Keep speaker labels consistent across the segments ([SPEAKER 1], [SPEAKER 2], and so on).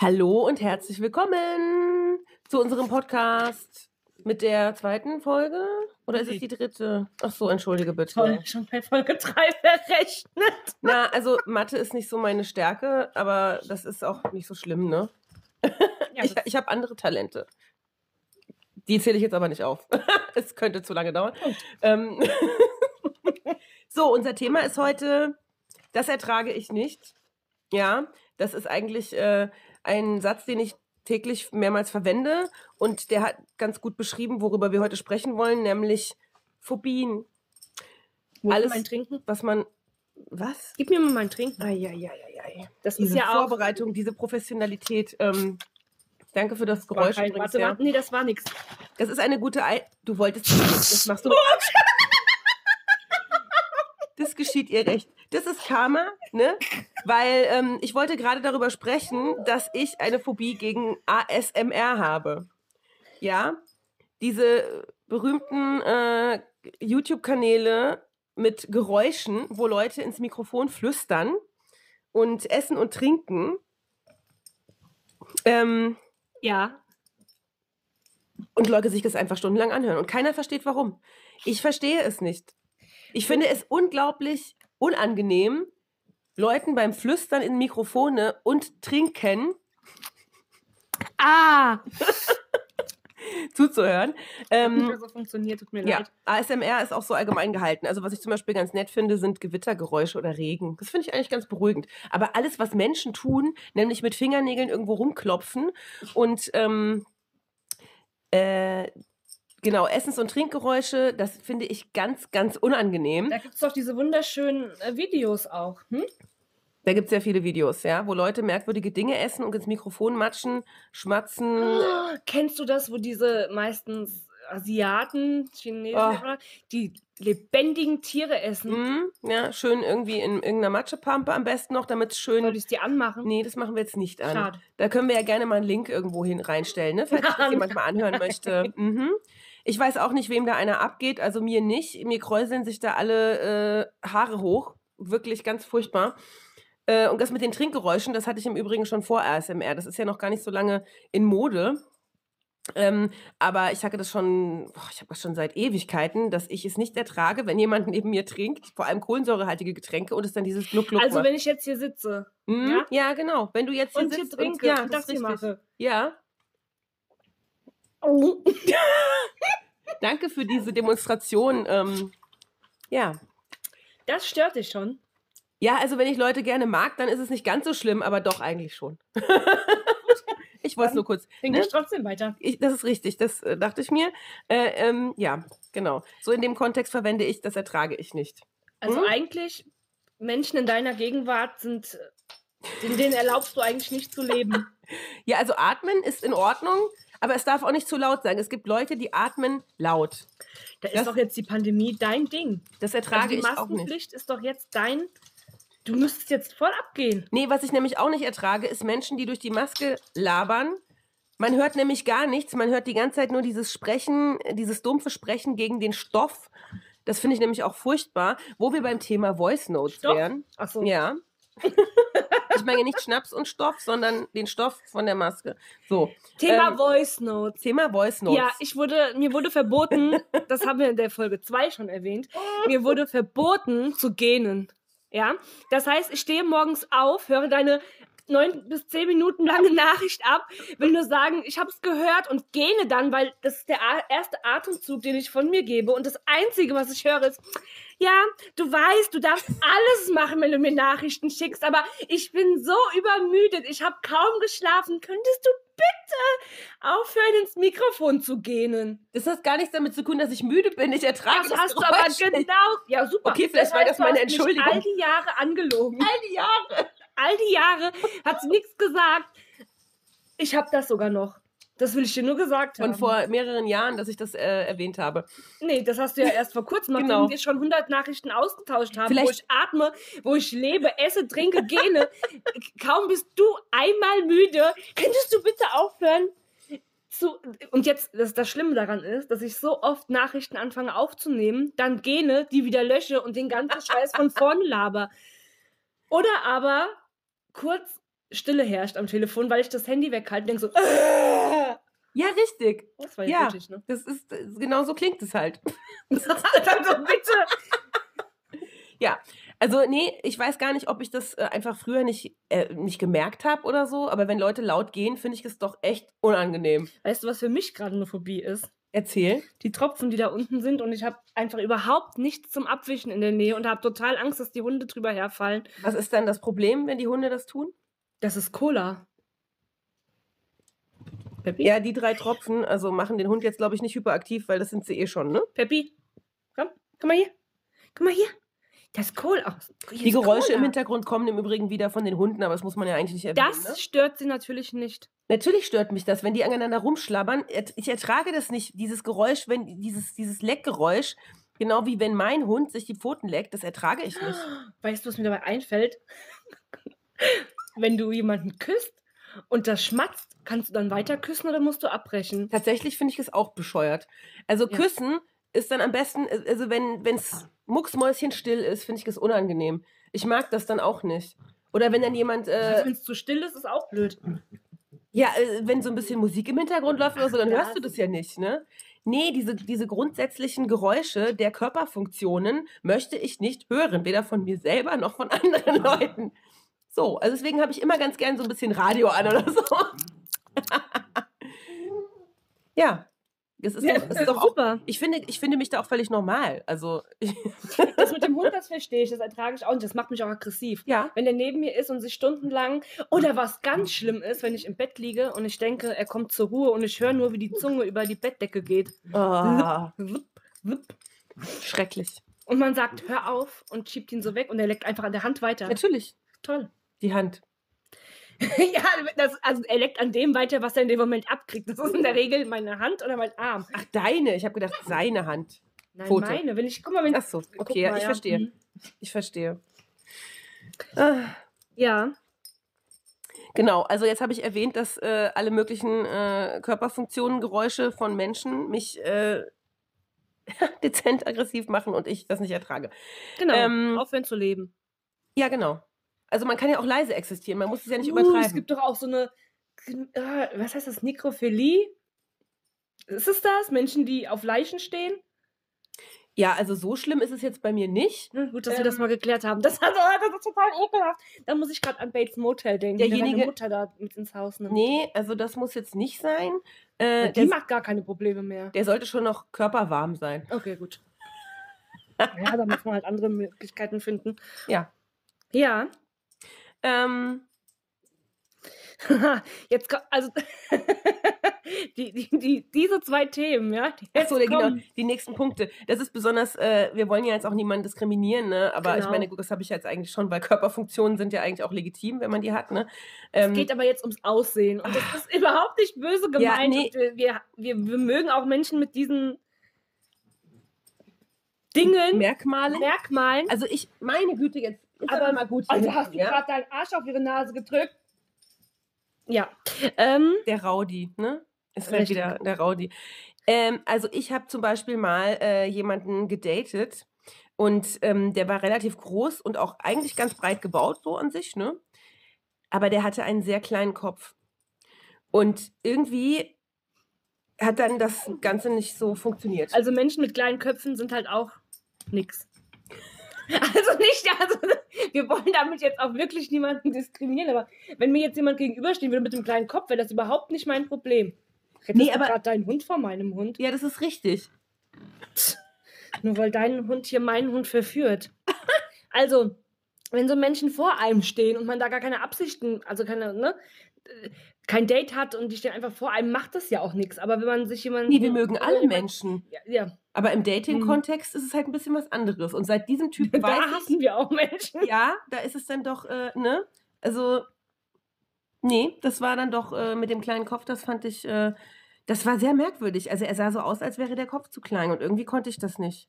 [SPEAKER 1] Hallo und herzlich willkommen zu unserem Podcast mit der zweiten Folge. Oder ist es die dritte? Ach so, entschuldige bitte.
[SPEAKER 2] Toll, schon bei Folge 3 verrechnet.
[SPEAKER 1] Na, also Mathe ist nicht so meine Stärke, aber das ist auch nicht so schlimm, ne?
[SPEAKER 2] Ja,
[SPEAKER 1] Ich,
[SPEAKER 2] das-
[SPEAKER 1] ich habe andere Talente. Die zähle ich jetzt aber nicht auf. es könnte zu lange dauern. Ähm, so, unser Thema ist heute, das ertrage ich nicht. Ja, das ist eigentlich äh, ein Satz, den ich täglich mehrmals verwende und der hat ganz gut beschrieben, worüber wir heute sprechen wollen, nämlich Phobien,
[SPEAKER 2] Wo
[SPEAKER 1] Alles-
[SPEAKER 2] alles mein Trinken.
[SPEAKER 1] was man, was?
[SPEAKER 2] Gib mir mal mein Trinken.
[SPEAKER 1] Eieieiei.
[SPEAKER 2] Das ist
[SPEAKER 1] Diese
[SPEAKER 2] ja auch.
[SPEAKER 1] Vorbereitung, diese Professionalität. Ähm, danke für das
[SPEAKER 2] War
[SPEAKER 1] Geräusch
[SPEAKER 2] kein,
[SPEAKER 1] übrigens.
[SPEAKER 2] warte,
[SPEAKER 1] Ja.
[SPEAKER 2] warte, nee, das war nichts.
[SPEAKER 1] Das ist eine gute Ei. Du wolltest. Das machst du. Das geschieht ihr recht. Das ist Karma, ne? Weil ähm, ich wollte gerade darüber sprechen, dass ich eine Phobie gegen ASMR habe. Ja, diese berühmten äh, YouTube-Kanäle mit Geräuschen, wo Leute ins Mikrofon flüstern und essen und trinken. Ähm,
[SPEAKER 2] Ja.
[SPEAKER 1] und Leute sich das einfach stundenlang anhören. Und keiner versteht warum. Ich verstehe es nicht. Ich finde es unglaublich unangenehm, Leuten beim Flüstern in Mikrofone und Trinken
[SPEAKER 2] Ah!
[SPEAKER 1] zuzuhören.
[SPEAKER 2] Nicht
[SPEAKER 1] Ähm,
[SPEAKER 2] mehr so funktioniert, tut mir
[SPEAKER 1] ja,
[SPEAKER 2] leid.
[SPEAKER 1] ASMR ist auch so allgemein gehalten. Also was ich zum Beispiel ganz nett finde, sind Gewittergeräusche oder Regen. Das finde ich eigentlich ganz beruhigend. Aber alles, was Menschen tun, nämlich mit Fingernägeln irgendwo rumklopfen und ähm, äh, genau Essens- und Trinkgeräusche, das finde ich ganz, ganz unangenehm.
[SPEAKER 2] Da gibt es doch diese wunderschönen äh, Videos auch. Hm?
[SPEAKER 1] Da gibt es ja viele Videos, ja, wo Leute merkwürdige Dinge essen und ins Mikrofon matschen, schmatzen.
[SPEAKER 2] Oh, kennst du das, wo diese meistens Asiaten, Chinesen,
[SPEAKER 1] Oh.
[SPEAKER 2] oder, die lebendigen Tiere essen?
[SPEAKER 1] Mhm, ja, schön irgendwie in irgendeiner Matschepampe am besten noch, damit es
[SPEAKER 2] Soll
[SPEAKER 1] schön.
[SPEAKER 2] ich die anmachen?
[SPEAKER 1] Nee, das machen wir jetzt nicht an.
[SPEAKER 2] Schade.
[SPEAKER 1] Da können wir ja gerne mal einen Link irgendwo hin reinstellen, ne? falls sich das jemand mal anhören möchte. Mhm. Ich weiß auch nicht, wem da einer abgeht, also mir nicht. Mir kräuseln sich da alle äh, Haare hoch. Wirklich ganz furchtbar. Äh, und das mit den Trinkgeräuschen, das hatte ich im Übrigen schon vor ASMR. Das ist ja noch gar nicht so lange in Mode. Ähm, aber ich sage das schon, boah, ich habe das schon seit Ewigkeiten, dass ich es nicht ertrage, wenn jemand neben mir trinkt, vor allem kohlensäurehaltige Getränke und es dann dieses Gluck-Gluck
[SPEAKER 2] Also,
[SPEAKER 1] macht.
[SPEAKER 2] wenn ich jetzt hier sitze
[SPEAKER 1] Mhm, ja? genau. Wenn du jetzt hier
[SPEAKER 2] und hier
[SPEAKER 1] sitzt
[SPEAKER 2] trinke
[SPEAKER 1] und, ja,
[SPEAKER 2] und
[SPEAKER 1] das
[SPEAKER 2] das
[SPEAKER 1] ist
[SPEAKER 2] hier
[SPEAKER 1] richtig.
[SPEAKER 2] mache.
[SPEAKER 1] Ja,
[SPEAKER 2] Oh.
[SPEAKER 1] Danke für diese Demonstration. Ähm, ja.
[SPEAKER 2] Das stört dich schon.
[SPEAKER 1] Ja, also wenn ich Leute gerne mag, dann ist es nicht ganz so schlimm, aber doch eigentlich schon. ich wollte es nur kurz.
[SPEAKER 2] Trinke ich trotzdem weiter.
[SPEAKER 1] Ich, das ist richtig, das äh, dachte ich mir. Äh, ähm, ja, genau. So in dem Kontext verwende ich, das ertrage ich nicht.
[SPEAKER 2] Also
[SPEAKER 1] Mhm.
[SPEAKER 2] eigentlich, Menschen in deiner Gegenwart sind, denen, denen erlaubst du eigentlich nicht zu leben.
[SPEAKER 1] Ja, also atmen ist in Ordnung, aber es darf auch nicht zu laut sein. Es gibt Leute, die atmen laut.
[SPEAKER 2] Da ist
[SPEAKER 1] Das-
[SPEAKER 2] doch jetzt die Pandemie dein Ding.
[SPEAKER 1] Das
[SPEAKER 2] Also
[SPEAKER 1] ertrage
[SPEAKER 2] die
[SPEAKER 1] ich auch nicht.
[SPEAKER 2] Maskenpflicht ist doch jetzt dein. Du müsstest jetzt voll abgehen.
[SPEAKER 1] Nee, was ich nämlich auch nicht ertrage, ist Menschen, die durch die Maske labern. Man hört nämlich gar nichts. Man hört die ganze Zeit nur dieses Sprechen, äh, dieses dumpfe Sprechen gegen den Stoff. Das finde ich nämlich auch furchtbar, wo wir beim Thema Voice Notes
[SPEAKER 2] Stoff?
[SPEAKER 1] wären.
[SPEAKER 2] Achso.
[SPEAKER 1] Ja. ich meine nicht Schnaps und Stoff, sondern den Stoff von der Maske. So,
[SPEAKER 2] Thema
[SPEAKER 1] Ähm,
[SPEAKER 2] Voice Notes.
[SPEAKER 1] Thema Voice Notes.
[SPEAKER 2] Ja, ich wurde, mir wurde verboten, das haben wir in der Folge 2 schon erwähnt, mir wurde verboten zu gähnen. Ja, das heißt, ich stehe morgens auf, höre deine neun bis zehn Minuten lange Nachricht ab, will nur sagen, ich habe es gehört und gähne dann, weil das ist der a- erste Atemzug, den ich von mir gebe und das Einzige, was ich höre, ist, ja, du weißt, du darfst alles machen, wenn du mir Nachrichten schickst, aber ich bin so übermüdet, ich habe kaum geschlafen, könntest du aufhören, ins Mikrofon zu gähnen.
[SPEAKER 1] das hat gar nichts damit zu tun, dass ich müde bin. Ich ertrage
[SPEAKER 2] Das
[SPEAKER 1] das
[SPEAKER 2] hast du aber
[SPEAKER 1] Geräusch nicht.
[SPEAKER 2] genau. Ja, super.
[SPEAKER 1] Okay, vielleicht war das
[SPEAKER 2] du
[SPEAKER 1] meine
[SPEAKER 2] hast mich
[SPEAKER 1] Entschuldigung.
[SPEAKER 2] All die Jahre angelogen.
[SPEAKER 1] All die Jahre.
[SPEAKER 2] All die Jahre hat sie nichts gesagt. Ich habe das sogar noch. Das will ich dir nur gesagt haben.
[SPEAKER 1] Von vor mehreren Jahren, dass ich das äh, erwähnt habe.
[SPEAKER 2] nee, das hast du ja erst vor kurzem, nachdem
[SPEAKER 1] Genau.
[SPEAKER 2] wir schon 100 Nachrichten ausgetauscht haben, wo
[SPEAKER 1] Vielleicht-
[SPEAKER 2] ich atme, wo ich lebe, esse, trinke, gähne. Kaum bist du einmal müde. Könntest du bitte aufhören? Zu, und jetzt, das, das Schlimme daran ist, dass ich so oft Nachrichten anfange aufzunehmen, dann gähne, die wieder lösche und den ganzen Scheiß von vorne laber. Oder aber kurz Stille herrscht am Telefon, weil ich das Handy weghalte und denke so, "Äh."
[SPEAKER 1] Ja, richtig.
[SPEAKER 2] das war jetzt
[SPEAKER 1] Ja.
[SPEAKER 2] nötig, ne?
[SPEAKER 1] Das ist, das- genau so klingt es halt.
[SPEAKER 2] Dann so, bitte.
[SPEAKER 1] Also, nee, ich weiß gar nicht, ob ich das äh, einfach früher nicht, äh, nicht gemerkt habe oder so, aber wenn Leute laut gehen, finde ich es doch echt unangenehm.
[SPEAKER 2] Weißt du, was für mich gerade eine Phobie ist?
[SPEAKER 1] Erzähl.
[SPEAKER 2] Die Tropfen, die da unten sind und ich habe einfach überhaupt nichts zum Abwischen in der Nähe und habe total Angst, dass die Hunde drüber herfallen.
[SPEAKER 1] Was ist dann das Problem, wenn die Hunde das tun?
[SPEAKER 2] Das ist Cola. Peppi?
[SPEAKER 1] Ja, die drei Tropfen, also machen den Hund jetzt, glaube ich, nicht hyperaktiv, weil das sind sie eh schon, ne?
[SPEAKER 2] Peppi, komm, komm mal hier. Komm mal hier. Das ist Cola. Oh, hier
[SPEAKER 1] Die
[SPEAKER 2] ist
[SPEAKER 1] Geräusche
[SPEAKER 2] Cola.
[SPEAKER 1] im Hintergrund kommen im Übrigen wieder von den Hunden, aber das muss man ja eigentlich nicht erwähnen.
[SPEAKER 2] Das
[SPEAKER 1] ne?
[SPEAKER 2] stört sie natürlich nicht.
[SPEAKER 1] Natürlich stört mich das, wenn die aneinander rumschlabbern. Et- Ich ertrage das nicht, dieses Geräusch, wenn dieses, dieses Leckgeräusch, genau wie wenn mein Hund sich die Pfoten leckt, das ertrage ich nicht.
[SPEAKER 2] Weißt du, was mir dabei einfällt? Wenn du jemanden küsst und das schmatzt, kannst du dann weiter küssen oder musst du abbrechen?
[SPEAKER 1] Tatsächlich finde ich es auch bescheuert. Also
[SPEAKER 2] Mhm. Ja.
[SPEAKER 1] küssen ist dann am besten, also wenn es mucksmäuschen still ist, finde ich es unangenehm. Ich mag das dann auch nicht. Oder wenn dann jemand, äh,
[SPEAKER 2] Wenn es zu still ist, ist auch blöd.
[SPEAKER 1] ja, äh, wenn so ein bisschen Musik im Hintergrund läuft oder so, dann
[SPEAKER 2] Ja,
[SPEAKER 1] hörst du das ja nicht, ne? Nee, diese, diese grundsätzlichen Geräusche der Körperfunktionen möchte ich nicht hören, weder von mir selber noch von anderen
[SPEAKER 2] Ah.
[SPEAKER 1] Leuten. So, also deswegen habe ich immer ganz gern so ein bisschen Radio an oder so. ja, es ist,
[SPEAKER 2] Ja,
[SPEAKER 1] doch, es ist doch auch
[SPEAKER 2] super.
[SPEAKER 1] ich finde, ich finde mich da auch völlig normal. Also, ich,
[SPEAKER 2] Das mit dem Hund, das verstehe ich, das ertrage ich auch nicht. Das macht mich auch aggressiv.
[SPEAKER 1] ja.
[SPEAKER 2] Wenn der neben mir ist und sich stundenlang oder was ganz schlimm ist, wenn ich im Bett liege und ich denke, er kommt zur Ruhe und ich höre nur, wie die Zunge über die Bettdecke geht.
[SPEAKER 1] Ah,
[SPEAKER 2] Wupp, wupp.
[SPEAKER 1] schrecklich.
[SPEAKER 2] Und man sagt, hör auf und schiebt ihn so weg und er leckt einfach an der Hand weiter.
[SPEAKER 1] Natürlich,
[SPEAKER 2] Toll.
[SPEAKER 1] die Hand.
[SPEAKER 2] ja, das, also er leckt an dem weiter, was er in dem Moment abkriegt. Das ist in der Regel meine Hand oder mein Arm.
[SPEAKER 1] Ach, deine. Ich habe gedacht, seine Hand.
[SPEAKER 2] Nein,
[SPEAKER 1] Pfote.
[SPEAKER 2] meine. Wenn ich, guck mal, wenn
[SPEAKER 1] Ach so,
[SPEAKER 2] guck
[SPEAKER 1] okay, ja,
[SPEAKER 2] mal,
[SPEAKER 1] ich
[SPEAKER 2] ja.
[SPEAKER 1] verstehe.
[SPEAKER 2] Mhm.
[SPEAKER 1] Ich verstehe. Ah.
[SPEAKER 2] Ja,
[SPEAKER 1] Genau, also jetzt habe ich erwähnt, dass äh, alle möglichen äh, Körperfunktionen, Geräusche von Menschen mich äh, dezent aggressiv machen und ich das nicht ertrage.
[SPEAKER 2] genau.
[SPEAKER 1] Ähm,
[SPEAKER 2] Aufhören zu leben.
[SPEAKER 1] Ja, genau. Also man kann ja auch leise existieren, man muss es ja nicht
[SPEAKER 2] Uh,
[SPEAKER 1] übertreiben.
[SPEAKER 2] es gibt doch auch so eine, ah, was heißt das, Nekrophilie? Ist es das? Menschen, die auf Leichen stehen?
[SPEAKER 1] ja, also so schlimm ist es jetzt bei mir nicht.
[SPEAKER 2] Ne, gut, dass wir das
[SPEAKER 1] Ähm.
[SPEAKER 2] mal geklärt haben. Das, also, das ist total ekelhaft. Da muss ich gerade an Bates Motel denken. wenn
[SPEAKER 1] Derjenige-
[SPEAKER 2] meine Mutter da mit ins Haus nimmt.
[SPEAKER 1] Nee, also das muss jetzt nicht sein. Äh,
[SPEAKER 2] die
[SPEAKER 1] der,
[SPEAKER 2] macht gar keine Probleme mehr.
[SPEAKER 1] der sollte schon noch körperwarm sein.
[SPEAKER 2] Okay, gut. ja, da muss man halt andere Möglichkeiten finden.
[SPEAKER 1] Ja.
[SPEAKER 2] Ja.
[SPEAKER 1] Ähm,
[SPEAKER 2] Jetzt ko- also die, die, die, diese zwei Themen, ja. Die jetzt
[SPEAKER 1] achso, genau,
[SPEAKER 2] kommen.
[SPEAKER 1] die nächsten Punkte. Das ist besonders, äh, wir wollen ja jetzt auch niemanden diskriminieren, ne? aber ich
[SPEAKER 2] Genau.
[SPEAKER 1] meine, gut, das habe ich jetzt eigentlich schon, weil Körperfunktionen sind ja eigentlich auch legitim, wenn man die hat. Ne? Ähm,
[SPEAKER 2] Es geht aber jetzt ums Aussehen. Und das ist überhaupt nicht böse gemeint.
[SPEAKER 1] nee.
[SPEAKER 2] und wir, wir, wir, wir mögen auch Menschen mit diesen Dingen,
[SPEAKER 1] Merkmale.
[SPEAKER 2] Merkmalen.
[SPEAKER 1] Also ich, meine Güte, jetzt ist
[SPEAKER 2] Aber-
[SPEAKER 1] aber mal gut. hier
[SPEAKER 2] Also
[SPEAKER 1] hinten,
[SPEAKER 2] hast du
[SPEAKER 1] ja?
[SPEAKER 2] gerade deinen Arsch auf ihre Nase gedrückt. Ja. Ähm,
[SPEAKER 1] Der Raudi, ne? Ist halt
[SPEAKER 2] Richtig.
[SPEAKER 1] wieder der Raudi. Ähm, also ich habe zum Beispiel mal äh, jemanden gedatet und ähm, der war relativ groß und auch eigentlich ganz breit gebaut, so an sich, ne? Aber der hatte einen sehr kleinen Kopf. Und irgendwie hat dann das Ganze nicht so funktioniert.
[SPEAKER 2] also Menschen mit kleinen Köpfen sind halt auch nix. Also nicht, also wir wollen damit jetzt auch wirklich niemanden diskriminieren, aber wenn mir jetzt jemand gegenüberstehen würde mit dem kleinen Kopf, wäre das überhaupt nicht mein Problem. Hättest
[SPEAKER 1] Nee,
[SPEAKER 2] du
[SPEAKER 1] aber-
[SPEAKER 2] gerade deinen Hund vor meinem Hund?
[SPEAKER 1] ja, das ist richtig.
[SPEAKER 2] Nur weil dein Hund hier meinen Hund verführt. Also, wenn so Menschen vor einem stehen und man da gar keine Absichten, also keine, ne, äh, kein Date hat und die stehen einfach vor einem, macht das ja auch nichts. Aber wenn man sich jemanden.
[SPEAKER 1] Nee, wir mögen alle
[SPEAKER 2] jemand-
[SPEAKER 1] Menschen.
[SPEAKER 2] Ja, ja.
[SPEAKER 1] Aber im Dating-Kontext ist es halt ein bisschen was anderes. Und seit diesem Typ weiß
[SPEAKER 2] Mhm. da
[SPEAKER 1] ich,
[SPEAKER 2] hassen wir auch Menschen.
[SPEAKER 1] ja, da ist es dann doch, äh, ne? Also, nee, das war dann doch äh, mit dem kleinen Kopf, das fand ich, äh, das war sehr merkwürdig. Also er sah so aus, als wäre der Kopf zu klein und irgendwie konnte ich das nicht.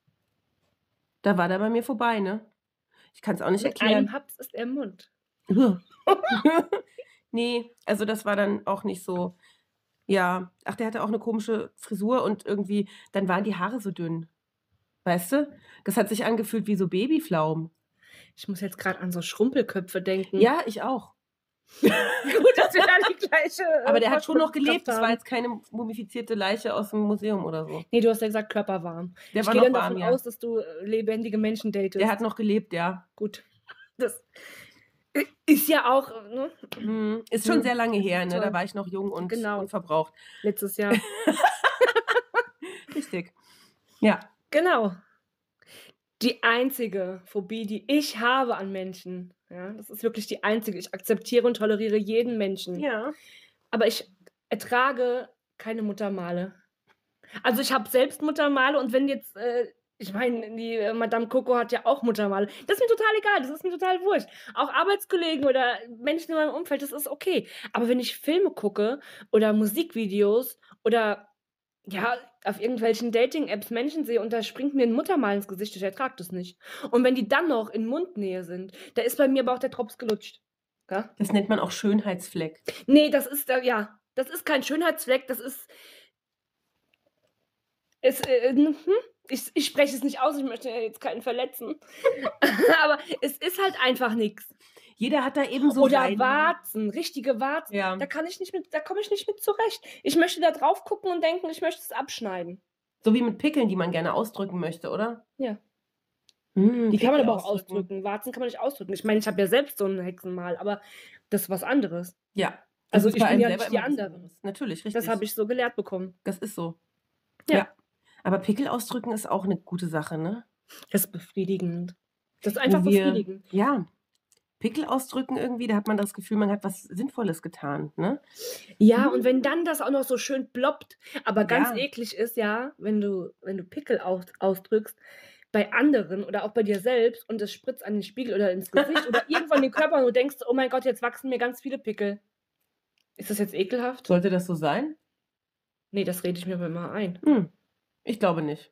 [SPEAKER 1] Da war der bei mir vorbei, ne? Ich kann es auch nicht
[SPEAKER 2] Mit einem
[SPEAKER 1] erklären.
[SPEAKER 2] Haps ist er im Mund.
[SPEAKER 1] Ugh. nee, also das war dann auch nicht so. Ja, ach, der hatte auch eine komische Frisur und irgendwie, dann waren die Haare so dünn. Weißt du? Das hat sich angefühlt wie so Babyflaumen.
[SPEAKER 2] Mhm. Ich muss jetzt gerade an so Schrumpelköpfe denken.
[SPEAKER 1] Ja, ich auch.
[SPEAKER 2] Gut, dass wir da die gleiche. äh,
[SPEAKER 1] Aber der hat schon noch
[SPEAKER 2] Vorstellung
[SPEAKER 1] gelebt.
[SPEAKER 2] gehabt
[SPEAKER 1] Es
[SPEAKER 2] haben.
[SPEAKER 1] war jetzt keine mumifizierte Leiche aus dem Museum oder so.
[SPEAKER 2] Nee, du hast ja gesagt, körperwarm.
[SPEAKER 1] Der
[SPEAKER 2] ich
[SPEAKER 1] war
[SPEAKER 2] gehe
[SPEAKER 1] noch
[SPEAKER 2] dann davon
[SPEAKER 1] warm, ja.
[SPEAKER 2] aus, dass du äh, lebendige Menschen datest.
[SPEAKER 1] Der hat noch gelebt, ja.
[SPEAKER 2] Gut. Das ist ja auch ne?
[SPEAKER 1] Mhm. Ist schon
[SPEAKER 2] Mhm.
[SPEAKER 1] sehr lange her, ne? Da
[SPEAKER 2] Toll.
[SPEAKER 1] war ich noch jung und,
[SPEAKER 2] Genau.
[SPEAKER 1] und verbraucht.
[SPEAKER 2] letztes Jahr.
[SPEAKER 1] Richtig. Ja.
[SPEAKER 2] genau. Die einzige Phobie, die ich habe an Menschen. Ja, das ist wirklich die einzige. Ich akzeptiere und toleriere jeden Menschen.
[SPEAKER 1] Ja.
[SPEAKER 2] Aber ich ertrage keine Muttermale. Also ich habe selbst Muttermale und wenn jetzt, äh, ich meine, die äh, Madame Coco hat ja auch Muttermale. Das ist mir total egal, das ist mir total wurscht. Auch Arbeitskollegen oder Menschen in meinem Umfeld, das ist okay. Aber wenn ich Filme gucke oder Musikvideos oder ja, auf irgendwelchen Dating-Apps Menschen sehe und da springt mir ein Muttermal ins Gesicht, ich ertrage das nicht. Und wenn die dann noch in Mundnähe sind, da ist bei mir aber auch der Drops gelutscht. Ja?
[SPEAKER 1] Das nennt man auch Schönheitsfleck.
[SPEAKER 2] Nee, das ist äh, ja, das ist kein Schönheitsfleck, das ist es äh, hm? ich, ich spreche es nicht aus, ich möchte ja jetzt keinen verletzen. Aber es ist halt einfach nichts.
[SPEAKER 1] Jeder hat da eben so ne?
[SPEAKER 2] Oder
[SPEAKER 1] seinen-
[SPEAKER 2] Warzen, richtige Warzen.
[SPEAKER 1] Ja.
[SPEAKER 2] Da kann ich nicht mit, da komme ich nicht mit zurecht. Ich möchte da drauf gucken und denken, ich möchte es abschneiden.
[SPEAKER 1] So wie mit Pickeln, die man gerne ausdrücken möchte, oder?
[SPEAKER 2] Ja.
[SPEAKER 1] Mm,
[SPEAKER 2] Die kann
[SPEAKER 1] Pickel
[SPEAKER 2] man aber auch ausdrücken. Warzen kann man nicht ausdrücken. Ich meine, ich habe ja selbst so ein Hexenmal, aber das ist was anderes.
[SPEAKER 1] Ja.
[SPEAKER 2] Also
[SPEAKER 1] Das ist
[SPEAKER 2] ich
[SPEAKER 1] bei
[SPEAKER 2] bin
[SPEAKER 1] einem
[SPEAKER 2] ja
[SPEAKER 1] selber
[SPEAKER 2] nicht die
[SPEAKER 1] immer was
[SPEAKER 2] andere.
[SPEAKER 1] anderes. Natürlich, richtig.
[SPEAKER 2] Das habe ich so gelehrt bekommen.
[SPEAKER 1] Das ist so.
[SPEAKER 2] Ja.
[SPEAKER 1] Aber Pickel ausdrücken ist auch eine gute Sache, ne?
[SPEAKER 2] Das ist befriedigend. Das ist einfach
[SPEAKER 1] wir-
[SPEAKER 2] befriedigend.
[SPEAKER 1] Ja. Pickel ausdrücken irgendwie, da hat man das Gefühl, man hat was Sinnvolles getan, ne?
[SPEAKER 2] Ja,
[SPEAKER 1] Mhm.
[SPEAKER 2] und wenn dann das auch noch so schön ploppt, aber ganz
[SPEAKER 1] Ja.
[SPEAKER 2] eklig ist ja, wenn du, wenn du Pickel aus, ausdrückst bei anderen oder auch bei dir selbst und es spritzt an den Spiegel oder ins Gesicht oder irgendwann den Körper und du denkst, oh mein Gott, jetzt wachsen mir ganz viele Pickel. Ist das jetzt ekelhaft?
[SPEAKER 1] Sollte das so sein?
[SPEAKER 2] Nee, das rede ich mir aber immer ein.
[SPEAKER 1] Hm. Ich glaube nicht.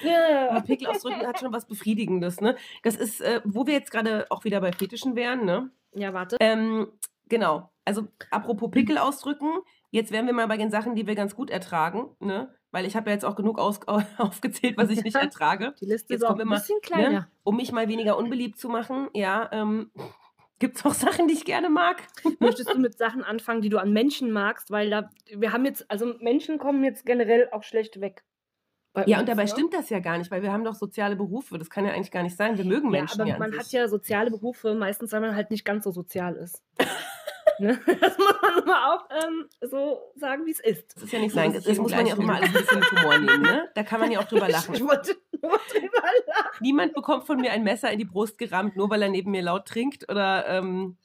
[SPEAKER 1] Aber
[SPEAKER 2] Ja.
[SPEAKER 1] Pickel ausdrücken hat schon was Befriedigendes, ne? Das ist, äh, wo wir jetzt gerade auch wieder bei Fetischen wären, ne?
[SPEAKER 2] ja, warte.
[SPEAKER 1] Ähm, genau. Also apropos Pickel ausdrücken, jetzt wären wir mal bei den Sachen, die wir ganz gut ertragen, ne? Weil ich habe ja jetzt auch genug aus aufgezählt, was ich nicht
[SPEAKER 2] Ja.
[SPEAKER 1] ertrage.
[SPEAKER 2] Die Liste
[SPEAKER 1] jetzt
[SPEAKER 2] ist auch
[SPEAKER 1] kommen wir
[SPEAKER 2] ein
[SPEAKER 1] mal,
[SPEAKER 2] bisschen kleiner.
[SPEAKER 1] Ne? Um mich mal weniger unbeliebt zu machen, ja, ähm, gibt es auch Sachen, die ich gerne mag.
[SPEAKER 2] Möchtest du mit Sachen anfangen, die du an Menschen magst? Weil da, wir haben jetzt, also Menschen kommen jetzt generell auch schlecht weg. Bei
[SPEAKER 1] Ja,
[SPEAKER 2] uns,
[SPEAKER 1] und dabei
[SPEAKER 2] ne?
[SPEAKER 1] stimmt das ja gar nicht, weil wir haben doch soziale Berufe. Das kann ja eigentlich gar nicht sein. Wir mögen
[SPEAKER 2] Ja,
[SPEAKER 1] Menschen
[SPEAKER 2] aber
[SPEAKER 1] ja an
[SPEAKER 2] man
[SPEAKER 1] sich.
[SPEAKER 2] hat ja soziale Berufe meistens, weil man halt nicht ganz so sozial ist. ne? Das muss man immer auch ähm, so sagen, wie es ist.
[SPEAKER 1] das ist ja nicht sein.
[SPEAKER 2] Das
[SPEAKER 1] Das,
[SPEAKER 2] ist jedem
[SPEAKER 1] muss man ja auch
[SPEAKER 2] gleich
[SPEAKER 1] immer alles ein bisschen mit Humor nehmen. Ne? Da kann man ja auch drüber lachen.
[SPEAKER 2] Ich wollte nur drüber lachen.
[SPEAKER 1] Niemand bekommt von mir ein Messer in die Brust gerammt, nur weil er neben mir laut trinkt oder, ähm,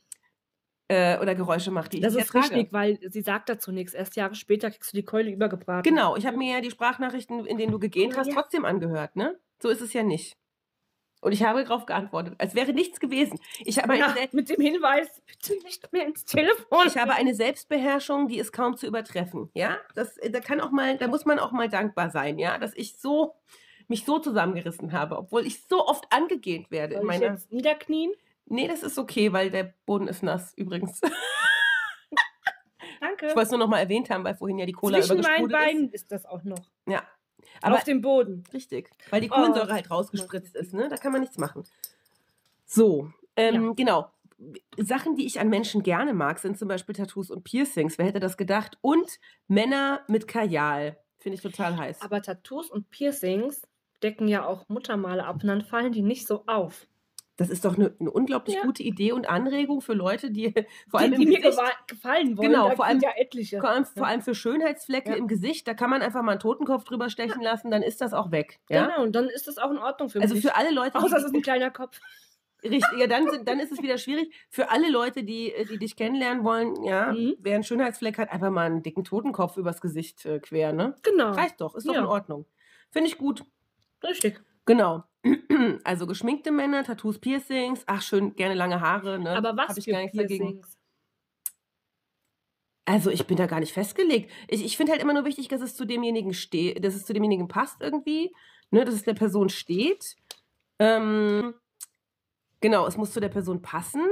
[SPEAKER 1] äh, oder Geräusche macht, die
[SPEAKER 2] Das
[SPEAKER 1] ich nicht
[SPEAKER 2] ist
[SPEAKER 1] ertrage.
[SPEAKER 2] richtig, weil sie sagt dazu nichts. Erst Jahre später kriegst du die Keule übergebraten.
[SPEAKER 1] Genau, ich habe mir ja die Sprachnachrichten, in denen du gegähnt
[SPEAKER 2] Ja,
[SPEAKER 1] hast,
[SPEAKER 2] ja.
[SPEAKER 1] trotzdem angehört, ne? So ist es ja nicht. Und ich habe darauf geantwortet, als wäre nichts gewesen. Ich habe,
[SPEAKER 2] Ja,
[SPEAKER 1] eine, Sel-
[SPEAKER 2] mit dem Hinweis, bitte nicht mehr ins Telefon.
[SPEAKER 1] ich habe eine Selbstbeherrschung, die ist kaum zu übertreffen. Ja, das, äh, da kann auch mal, da muss man auch mal dankbar sein, ja, dass ich so mich so zusammengerissen habe, obwohl ich so oft angegähnt werde in
[SPEAKER 2] Soll ich
[SPEAKER 1] meiner.
[SPEAKER 2] jetzt niederknien?
[SPEAKER 1] Nee, das ist okay, weil der Boden ist nass übrigens.
[SPEAKER 2] Danke.
[SPEAKER 1] Ich wollte es nur noch mal erwähnt haben, weil vorhin ja die Cola
[SPEAKER 2] Zwischen meinen
[SPEAKER 1] übergesprudelt ist.
[SPEAKER 2] Beinen ist. das auch noch.
[SPEAKER 1] Ja. Aber
[SPEAKER 2] Auf dem Boden.
[SPEAKER 1] richtig, weil die
[SPEAKER 2] Oh.
[SPEAKER 1] Kohlensäure halt rausgespritzt ist, ne? Da kann man nichts machen. So, ähm, genau. Sachen, die ich an Menschen gerne mag, sind zum Beispiel Tattoos und Piercings. Wer hätte das gedacht? Und Männer mit Kajal. Finde ich total heiß.
[SPEAKER 2] Aber Tattoos und Piercings decken ja auch Muttermale ab und dann fallen die nicht so auf.
[SPEAKER 1] das ist doch ne, eine, eine unglaublich
[SPEAKER 2] Ja.
[SPEAKER 1] gute Idee und Anregung für Leute, die vor allem
[SPEAKER 2] die, die
[SPEAKER 1] im
[SPEAKER 2] mir
[SPEAKER 1] Gesicht,
[SPEAKER 2] gewa- gefallen wollen.
[SPEAKER 1] Genau,
[SPEAKER 2] da
[SPEAKER 1] vor
[SPEAKER 2] sind
[SPEAKER 1] allem-
[SPEAKER 2] ja etliche.
[SPEAKER 1] vor allem, vor allem für Schönheitsflecke
[SPEAKER 2] Ja.
[SPEAKER 1] im Gesicht, da kann man einfach mal einen Totenkopf drüber stechen lassen, dann ist das auch weg. Ja?
[SPEAKER 2] Genau, und dann ist das auch in Ordnung für
[SPEAKER 1] Also
[SPEAKER 2] mich.
[SPEAKER 1] für alle Leute, die-
[SPEAKER 2] Genau, Außer es ist ein kleiner Kopf.
[SPEAKER 1] Richtig, ja, dann, sind, dann ist es wieder schwierig. Für alle Leute, die, äh, die dich kennenlernen wollen, ja,
[SPEAKER 2] Mhm.
[SPEAKER 1] wer einen Schönheitsfleck hat, einfach mal einen dicken Totenkopf übers Gesicht äh, quer, ne?
[SPEAKER 2] Genau.
[SPEAKER 1] Reicht doch, ist doch
[SPEAKER 2] Ja.
[SPEAKER 1] in Ordnung. Finde ich gut.
[SPEAKER 2] Richtig.
[SPEAKER 1] Genau. Also geschminkte Männer, Tattoos, Piercings, ach schön, gerne lange Haare, ne?
[SPEAKER 2] Aber was
[SPEAKER 1] Hab ich
[SPEAKER 2] für
[SPEAKER 1] gar nichts dagegen.
[SPEAKER 2] Piercings?
[SPEAKER 1] Also ich bin da gar nicht festgelegt. Ich, ich finde halt immer nur wichtig, dass es zu demjenigen steht, dass es zu demjenigen passt irgendwie, ne, dass es der Person steht. Ähm, genau, es muss zu der Person passen.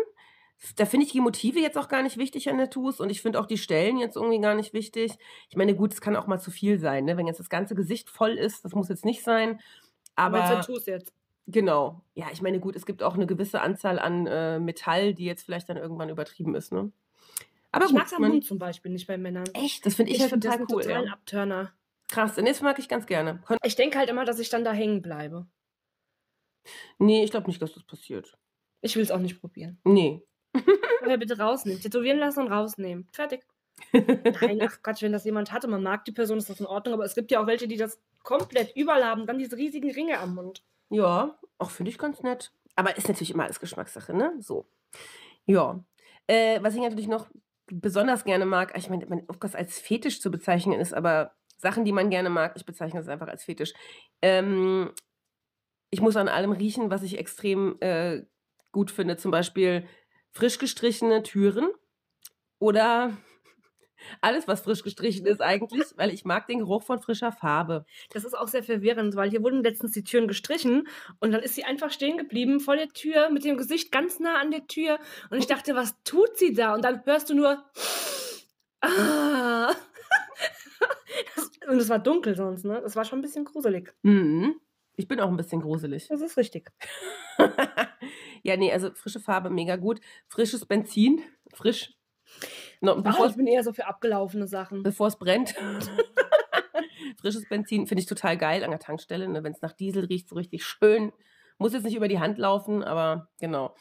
[SPEAKER 1] Da finde ich die Motive jetzt auch gar nicht wichtig an Tattoos und ich finde auch die Stellen jetzt irgendwie gar nicht wichtig. Ich meine, gut, es kann auch mal zu viel sein, ne? wenn jetzt das ganze Gesicht voll ist, das muss jetzt nicht sein.
[SPEAKER 2] Aber
[SPEAKER 1] Aber
[SPEAKER 2] Tattoos jetzt.
[SPEAKER 1] Genau. Ja, ich meine, gut, es gibt auch eine gewisse Anzahl an äh, Metall, die jetzt vielleicht dann irgendwann übertrieben ist, ne? Aber
[SPEAKER 2] ich
[SPEAKER 1] gut,
[SPEAKER 2] mag es am
[SPEAKER 1] man-
[SPEAKER 2] Hund zum Beispiel nicht bei Männern.
[SPEAKER 1] Echt, das finde ich, halt
[SPEAKER 2] find das
[SPEAKER 1] total
[SPEAKER 2] einen
[SPEAKER 1] cool.
[SPEAKER 2] totalen
[SPEAKER 1] Ja.
[SPEAKER 2] Abturner.
[SPEAKER 1] Krass, nee, das mag ich ganz gerne. Kon
[SPEAKER 2] Ich denke halt immer, dass ich dann da hängen bleibe.
[SPEAKER 1] nee, ich glaube nicht, dass das passiert.
[SPEAKER 2] Ich will es auch nicht probieren.
[SPEAKER 1] Nee.
[SPEAKER 2] Vorher bitte rausnehmen. Tätowieren lassen und rausnehmen. Fertig. Nein, ach Quatsch, wenn das jemand hatte, man mag die Person, ist das in Ordnung, aber es gibt ja auch welche, die das komplett überall haben, dann diese riesigen Ringe am Mund.
[SPEAKER 1] Ja, auch finde ich ganz nett. Aber ist natürlich immer alles Geschmackssache, ne? So. Ja. Äh, was ich natürlich noch besonders gerne mag, ich meine, mein, ob das als Fetisch zu bezeichnen ist, aber Sachen, die man gerne mag, ich bezeichne es einfach als Fetisch. Ähm, ich muss an allem riechen, was ich extrem äh, gut finde. Zum Beispiel frisch gestrichene Türen oder alles, was frisch gestrichen ist eigentlich, weil ich mag den Geruch von frischer Farbe.
[SPEAKER 2] Das ist auch sehr verwirrend, weil hier wurden letztens die Türen gestrichen und dann ist sie einfach stehen geblieben vor der Tür mit dem Gesicht ganz nah an der Tür und ich dachte, was tut sie da? Und dann hörst du nur. Ah. Das, und es war dunkel sonst, ne? Das war schon ein bisschen gruselig.
[SPEAKER 1] Mhm. Ich bin auch ein bisschen gruselig.
[SPEAKER 2] Das ist richtig.
[SPEAKER 1] ja, nee, also frische Farbe, mega gut. Frisches Benzin, frisch. No,
[SPEAKER 2] Ach,
[SPEAKER 1] bevor
[SPEAKER 2] ich bin eher so für abgelaufene Sachen.
[SPEAKER 1] es brennt. Frisches Benzin finde ich total geil an der Tankstelle. Ne? Wenn es nach Diesel riecht, so richtig schön. Muss jetzt nicht über die Hand laufen, aber genau.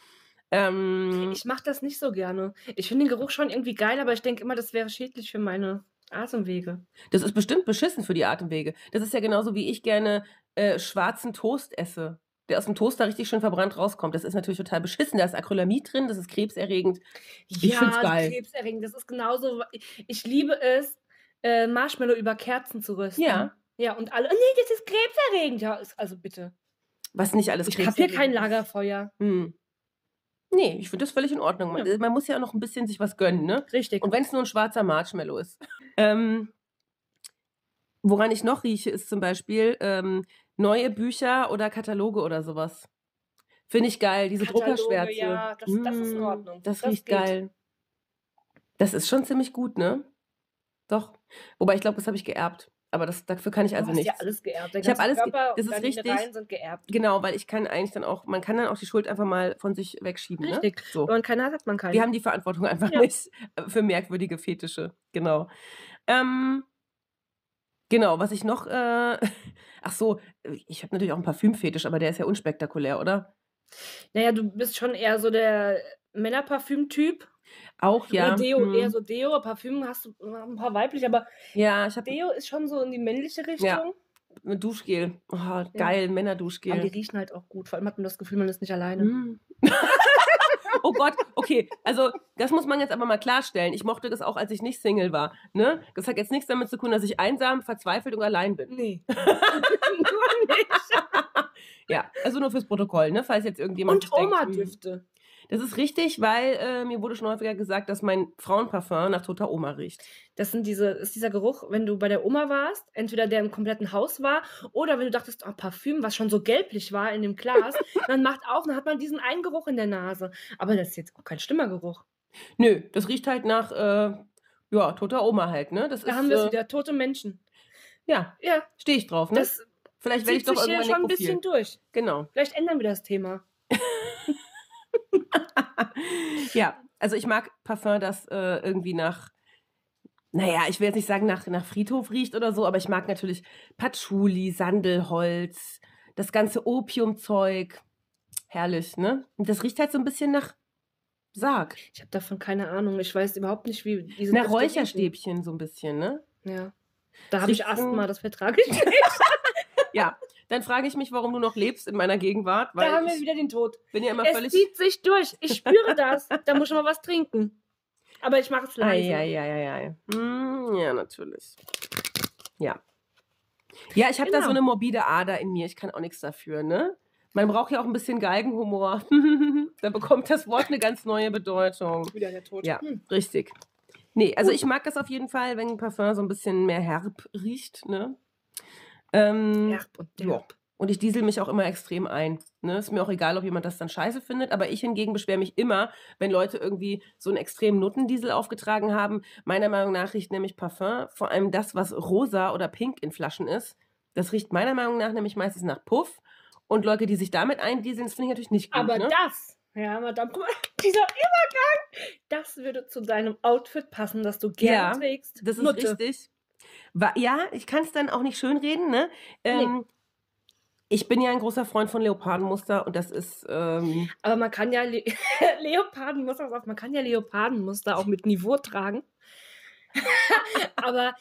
[SPEAKER 1] Ähm,
[SPEAKER 2] Ich mache das nicht so gerne. Ich finde den Geruch schon irgendwie geil, aber ich denke immer, das wäre schädlich für meine Atemwege.
[SPEAKER 1] das ist bestimmt beschissen für die Atemwege. Das ist ja genauso, wie ich gerne äh, schwarzen Toast esse, der aus dem Toaster richtig schön verbrannt rauskommt. Das ist natürlich total beschissen. Da ist Acrylamid drin, das ist krebserregend. Ich find's geil.
[SPEAKER 2] krebserregend. Das ist genauso. Ich, ich liebe es, äh, Marshmallow über Kerzen zu rösten.
[SPEAKER 1] Ja.
[SPEAKER 2] Ja, und alle. Oh nee, das ist krebserregend. Ja, ist, also bitte.
[SPEAKER 1] Was nicht alles
[SPEAKER 2] ich habe hier kein
[SPEAKER 1] krebserregend ist.
[SPEAKER 2] Lagerfeuer.
[SPEAKER 1] Hm. Nee, ich finde das völlig in Ordnung. Man,
[SPEAKER 2] Ja.
[SPEAKER 1] man muss ja auch noch ein bisschen sich was gönnen, ne?
[SPEAKER 2] Richtig.
[SPEAKER 1] Und wenn es nur ein schwarzer Marshmallow ist. Ähm, woran ich noch rieche, ist zum Beispiel ähm, neue Bücher oder Kataloge oder sowas. Finde ich geil, diese
[SPEAKER 2] Kataloge,
[SPEAKER 1] Druckerschwärze.
[SPEAKER 2] ja, das- das ist in
[SPEAKER 1] Mm,
[SPEAKER 2] Ordnung.
[SPEAKER 1] Das,
[SPEAKER 2] Das
[SPEAKER 1] riecht
[SPEAKER 2] geht.
[SPEAKER 1] geil. Das ist schon ziemlich gut, ne? Doch. Wobei ich glaube, das habe ich geerbt. Aber das, dafür kann ich also
[SPEAKER 2] du hast
[SPEAKER 1] nicht.
[SPEAKER 2] ja alles geerbt. Dein
[SPEAKER 1] Ich hab
[SPEAKER 2] ganzer
[SPEAKER 1] alles ge-
[SPEAKER 2] Körper und
[SPEAKER 1] das ist
[SPEAKER 2] deine
[SPEAKER 1] richtig.
[SPEAKER 2] Innereien sind geerbt.
[SPEAKER 1] Genau, weil ich kann eigentlich dann auch, man kann dann auch die Schuld einfach mal von sich wegschieben. Ne?
[SPEAKER 2] Richtig.
[SPEAKER 1] So.
[SPEAKER 2] Wenn man keine hat, hat man keine.
[SPEAKER 1] Wir haben die Verantwortung einfach
[SPEAKER 2] Ja.
[SPEAKER 1] nicht äh, für merkwürdige Fetische. Genau. Ähm, genau, was ich noch. Äh, ach so, äh, ich habe natürlich auch einen Parfümfetisch, aber der ist ja unspektakulär, oder?
[SPEAKER 2] naja, du bist schon eher so der Männerparfüm-Typ.
[SPEAKER 1] Auch ja.
[SPEAKER 2] Oder Deo,
[SPEAKER 1] hm.
[SPEAKER 2] eher so Deo. Parfüm hast du äh, ein paar weibliche, aber
[SPEAKER 1] ja, ich habe
[SPEAKER 2] Deo ist schon so in die männliche Richtung.
[SPEAKER 1] Ja. ein Duschgel. Oh, geil,
[SPEAKER 2] Aber die
[SPEAKER 1] Männerduschgel.
[SPEAKER 2] riechen halt auch gut. Vor allem hat man das Gefühl, man ist nicht alleine.
[SPEAKER 1] Mm. oh Gott, okay. Also, das muss man jetzt aber mal klarstellen. Ich mochte das auch, als ich nicht Single war. Ne? Das hat jetzt nichts damit zu tun, dass ich einsam, verzweifelt und allein bin.
[SPEAKER 2] Nee. Nur nicht.
[SPEAKER 1] Ja, also nur fürs Protokoll, ne? falls jetzt irgendjemand.
[SPEAKER 2] Und
[SPEAKER 1] sich denkt, hm.
[SPEAKER 2] Oma-Düfte.
[SPEAKER 1] Das ist richtig, weil äh, mir wurde schon häufiger gesagt, dass mein Frauenparfum nach toter Oma riecht.
[SPEAKER 2] Das sind diese, ist dieser Geruch, wenn du bei der Oma warst, entweder der im kompletten Haus war, oder wenn du dachtest, oh, Parfüm, was schon so gelblich war in dem Glas, dann macht auf, dann hat man diesen einen Geruch in der Nase. Aber das ist jetzt auch kein schlimmer Geruch.
[SPEAKER 1] Nö, das riecht halt nach, äh, ja, toter Oma halt, ne? Das
[SPEAKER 2] Da
[SPEAKER 1] ist,
[SPEAKER 2] haben wir es
[SPEAKER 1] äh,
[SPEAKER 2] wieder, tote Menschen.
[SPEAKER 1] Ja,
[SPEAKER 2] Ja,
[SPEAKER 1] stehe ich drauf, ne?
[SPEAKER 2] das
[SPEAKER 1] Vielleicht werde ich
[SPEAKER 2] zieht
[SPEAKER 1] doch
[SPEAKER 2] sich hier
[SPEAKER 1] irgendwann
[SPEAKER 2] schon ein
[SPEAKER 1] nekrophil.
[SPEAKER 2] bisschen durch.
[SPEAKER 1] Genau.
[SPEAKER 2] Vielleicht ändern wir das Thema.
[SPEAKER 1] ja, also ich mag Parfum, das äh, irgendwie nach, naja, ich will jetzt nicht sagen, nach, nach Friedhof riecht oder so, aber ich mag natürlich Patchouli, Sandelholz, das ganze Opiumzeug. Herrlich, ne? Und das riecht halt so ein bisschen nach Sarg.
[SPEAKER 2] Ich habe davon keine Ahnung. Ich weiß überhaupt nicht, wie diese
[SPEAKER 1] Nach
[SPEAKER 2] Düfte riechen.
[SPEAKER 1] Räucherstäbchen so ein bisschen, ne?
[SPEAKER 2] Ja. Da habe ich
[SPEAKER 1] Riechen-
[SPEAKER 2] Asthma, das vertrage ich nicht.
[SPEAKER 1] Ja, dann frage ich mich, warum du noch lebst in meiner Gegenwart,
[SPEAKER 2] da
[SPEAKER 1] weil
[SPEAKER 2] haben wir
[SPEAKER 1] ich
[SPEAKER 2] wieder den Tod.
[SPEAKER 1] bin ja immer
[SPEAKER 2] Es
[SPEAKER 1] völlig...
[SPEAKER 2] zieht sich durch. Ich spüre das. Da muss ich mal was trinken. Aber ich mache es leise.
[SPEAKER 1] Eieieiei. Hm, ja, natürlich. Ja. Ja, ich habe da
[SPEAKER 2] Genau.
[SPEAKER 1] so eine morbide Ader in mir. Ich kann auch nichts dafür, ne? Man braucht ja auch ein bisschen Geigenhumor. da bekommt das Wort eine ganz neue Bedeutung.
[SPEAKER 2] Wieder der Tod.
[SPEAKER 1] Ja,
[SPEAKER 2] Hm.
[SPEAKER 1] richtig. Nee, also ich mag das auf jeden Fall, wenn ein Parfum so ein bisschen mehr herb riecht, ne? Ähm,
[SPEAKER 2] Derb und
[SPEAKER 1] Ja.
[SPEAKER 2] derb.
[SPEAKER 1] Und ich diesel mich auch immer extrem ein. Ne? Ist mir auch egal, ob jemand das dann scheiße findet. Aber ich hingegen beschwere mich immer, wenn Leute irgendwie so einen extremen Nuttendiesel aufgetragen haben. Meiner Meinung nach riecht nämlich Parfum, vor allem das, was rosa oder pink in Flaschen ist. Das riecht meiner Meinung nach nämlich meistens nach Puff Und Leute, die sich damit eindieseln, das finde ich natürlich nicht gut.
[SPEAKER 2] Aber
[SPEAKER 1] ne?
[SPEAKER 2] das, ja, Madame, guck mal, dieser Übergang, das würde zu deinem Outfit passen, das du gerne
[SPEAKER 1] Ja,
[SPEAKER 2] trägst.
[SPEAKER 1] Das ist
[SPEAKER 2] Nutte.
[SPEAKER 1] richtig. Wa- ja, ich kann es dann auch nicht schönreden, ne? Ähm, Ich bin ja ein großer Freund von Leopardenmuster und das ist. Ähm,
[SPEAKER 2] Aber man kann ja Le Leopardenmuster, pass auf, man kann ja Leopardenmuster auch mit Niveau tragen. Aber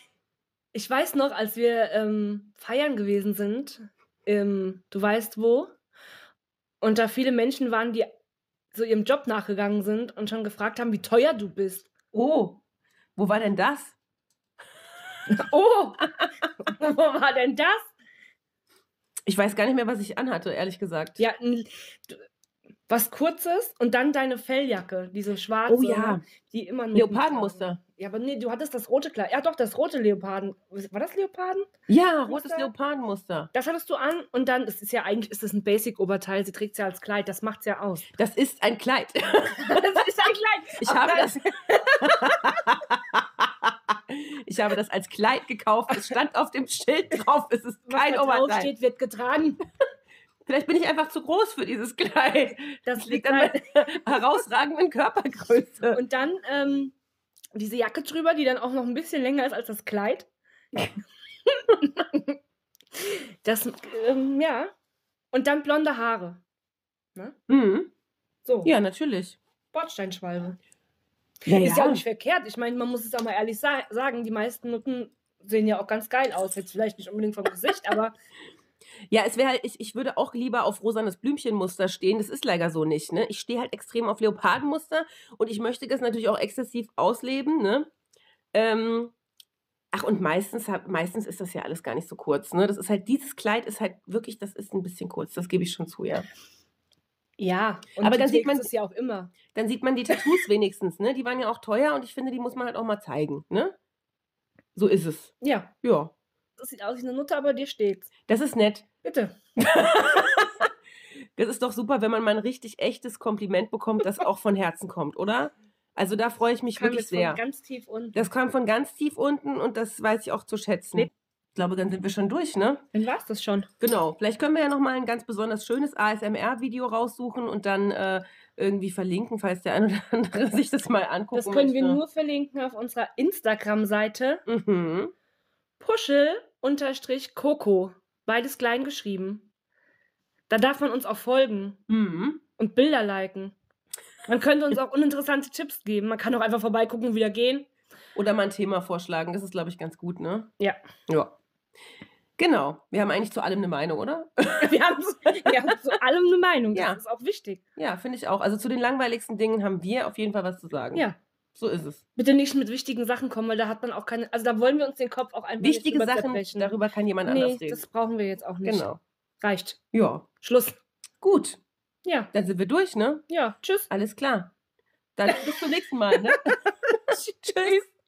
[SPEAKER 2] ich weiß noch, als wir ähm, feiern gewesen sind, im, du weißt wo, und da viele Menschen waren, die so ihrem Job nachgegangen sind und schon gefragt haben, wie teuer du bist.
[SPEAKER 1] oh, wo war denn das?
[SPEAKER 2] Oh, wo war denn das?
[SPEAKER 1] Ich weiß gar nicht mehr, was ich anhatte, ehrlich gesagt.
[SPEAKER 2] Ja, n- du- was kurzes und dann deine Felljacke, diese schwarze, ne,
[SPEAKER 1] oh ja,
[SPEAKER 2] die immer nur
[SPEAKER 1] Leopardenmuster.
[SPEAKER 2] Ja, aber nee, du hattest das rote Kleid. Ja, doch, das rote Leoparden. War das Leoparden?
[SPEAKER 1] Ja, rotes
[SPEAKER 2] Muster.
[SPEAKER 1] Leopardenmuster.
[SPEAKER 2] Das hattest du an und dann, es ist ja eigentlich, ist das ein Basic-Oberteil. Sie trägt es ja als Kleid, das macht's ja aus.
[SPEAKER 1] Das ist ein Kleid.
[SPEAKER 2] das ist ein Kleid.
[SPEAKER 1] Ich
[SPEAKER 2] Ach,
[SPEAKER 1] habe
[SPEAKER 2] nein.
[SPEAKER 1] das. ich habe das als Kleid gekauft. Es stand auf dem Schild drauf. Es ist
[SPEAKER 2] Was
[SPEAKER 1] kein
[SPEAKER 2] da drauf
[SPEAKER 1] Oberteil.
[SPEAKER 2] steht, wird getragen.
[SPEAKER 1] Vielleicht bin ich einfach zu groß für dieses Kleid.
[SPEAKER 2] Das halt
[SPEAKER 1] Das liegt an meiner herausragenden Körpergröße.
[SPEAKER 2] Und dann ähm, diese Jacke drüber, die dann auch noch ein bisschen länger ist als das Kleid. das, ähm, ja. Und dann blonde Haare.
[SPEAKER 1] Mhm.
[SPEAKER 2] So,
[SPEAKER 1] Ja, natürlich.
[SPEAKER 2] Bordsteinschwalbe.
[SPEAKER 1] Ja,
[SPEAKER 2] Ist ja auch nicht verkehrt. Ich meine, man muss es auch mal ehrlich sa sagen, die meisten Nutten sehen ja auch ganz geil aus. Jetzt vielleicht nicht unbedingt vom Gesicht, aber
[SPEAKER 1] ja es wäre halt, ich, ich würde auch lieber auf rosanes Blümchenmuster stehen. Das ist leider so nicht. Ne? Ich stehe halt extrem auf Leopardenmuster und ich möchte das natürlich auch exzessiv ausleben. Ne? Ähm, ach, und meistens, hab- meistens ist das ja alles gar nicht so kurz. Ne? Das ist halt, dieses Kleid ist halt wirklich, das ist ein bisschen kurz. Das gebe ich schon zu, ja.
[SPEAKER 2] ja. Und
[SPEAKER 1] Aber
[SPEAKER 2] du
[SPEAKER 1] dann sieht
[SPEAKER 2] trägst
[SPEAKER 1] man-
[SPEAKER 2] es ja auch immer.
[SPEAKER 1] Dann sieht man die Tattoos wenigstens. Ne? Die waren ja auch teuer und ich finde, die muss man halt auch mal zeigen. Ne? So ist es.
[SPEAKER 2] Ja,
[SPEAKER 1] Ja.
[SPEAKER 2] das sieht aus wie eine Nutte, aber dir steht's.
[SPEAKER 1] Das ist nett.
[SPEAKER 2] Bitte.
[SPEAKER 1] Das ist doch super, wenn man mal ein richtig echtes Kompliment bekommt, das auch von Herzen kommt, oder? Also da freue ich mich
[SPEAKER 2] Kam
[SPEAKER 1] wirklich
[SPEAKER 2] jetzt von
[SPEAKER 1] sehr.
[SPEAKER 2] ganz tief unten.
[SPEAKER 1] Das kam von ganz tief unten und das weiß ich auch zu schätzen.
[SPEAKER 2] Nee.
[SPEAKER 1] Ich glaube, dann sind wir schon durch, ne?
[SPEAKER 2] Dann war's das schon.
[SPEAKER 1] Genau. Vielleicht können wir ja nochmal ein ganz besonders schönes ASMR-Video raussuchen und dann äh, irgendwie verlinken, falls der eine oder andere sich das mal angucken
[SPEAKER 2] Das können wir
[SPEAKER 1] möchte.
[SPEAKER 2] nur verlinken auf unserer Instagram-Seite
[SPEAKER 1] Mhm.
[SPEAKER 2] puschel-koko. Beides klein geschrieben. Da darf man uns auch folgen.
[SPEAKER 1] Mhm.
[SPEAKER 2] und Bilder liken. Man könnte uns auch uninteressante Tipps geben. Man kann auch einfach vorbeigucken und wieder gehen.
[SPEAKER 1] Oder mal ein Thema vorschlagen. Das ist, glaube ich, ganz gut, ne?
[SPEAKER 2] Ja.
[SPEAKER 1] Ja. Genau. Wir haben eigentlich zu allem eine Meinung, oder?
[SPEAKER 2] Wir haben, zu- wir haben zu allem eine Meinung. Das
[SPEAKER 1] Ja.
[SPEAKER 2] ist auch wichtig.
[SPEAKER 1] Ja, finde ich auch. Also zu den langweiligsten Dingen haben wir auf jeden Fall was zu sagen.
[SPEAKER 2] Ja.
[SPEAKER 1] So ist es.
[SPEAKER 2] Bitte nicht mit wichtigen Sachen kommen, weil da hat man auch keine. Also da wollen wir uns den Kopf auch einfach
[SPEAKER 1] Wichtige
[SPEAKER 2] nicht drüber
[SPEAKER 1] Sachen,
[SPEAKER 2] zerbrechen.
[SPEAKER 1] darüber kann jemand
[SPEAKER 2] Nee,
[SPEAKER 1] anders reden.
[SPEAKER 2] das brauchen wir jetzt auch nicht.
[SPEAKER 1] Genau.
[SPEAKER 2] Reicht.
[SPEAKER 1] Ja.
[SPEAKER 2] Schluss.
[SPEAKER 1] Gut,
[SPEAKER 2] Ja,
[SPEAKER 1] dann sind wir durch, ne?
[SPEAKER 2] ja. Tschüss.
[SPEAKER 1] Alles klar. Dann bis zum nächsten Mal, ne? Tschüss.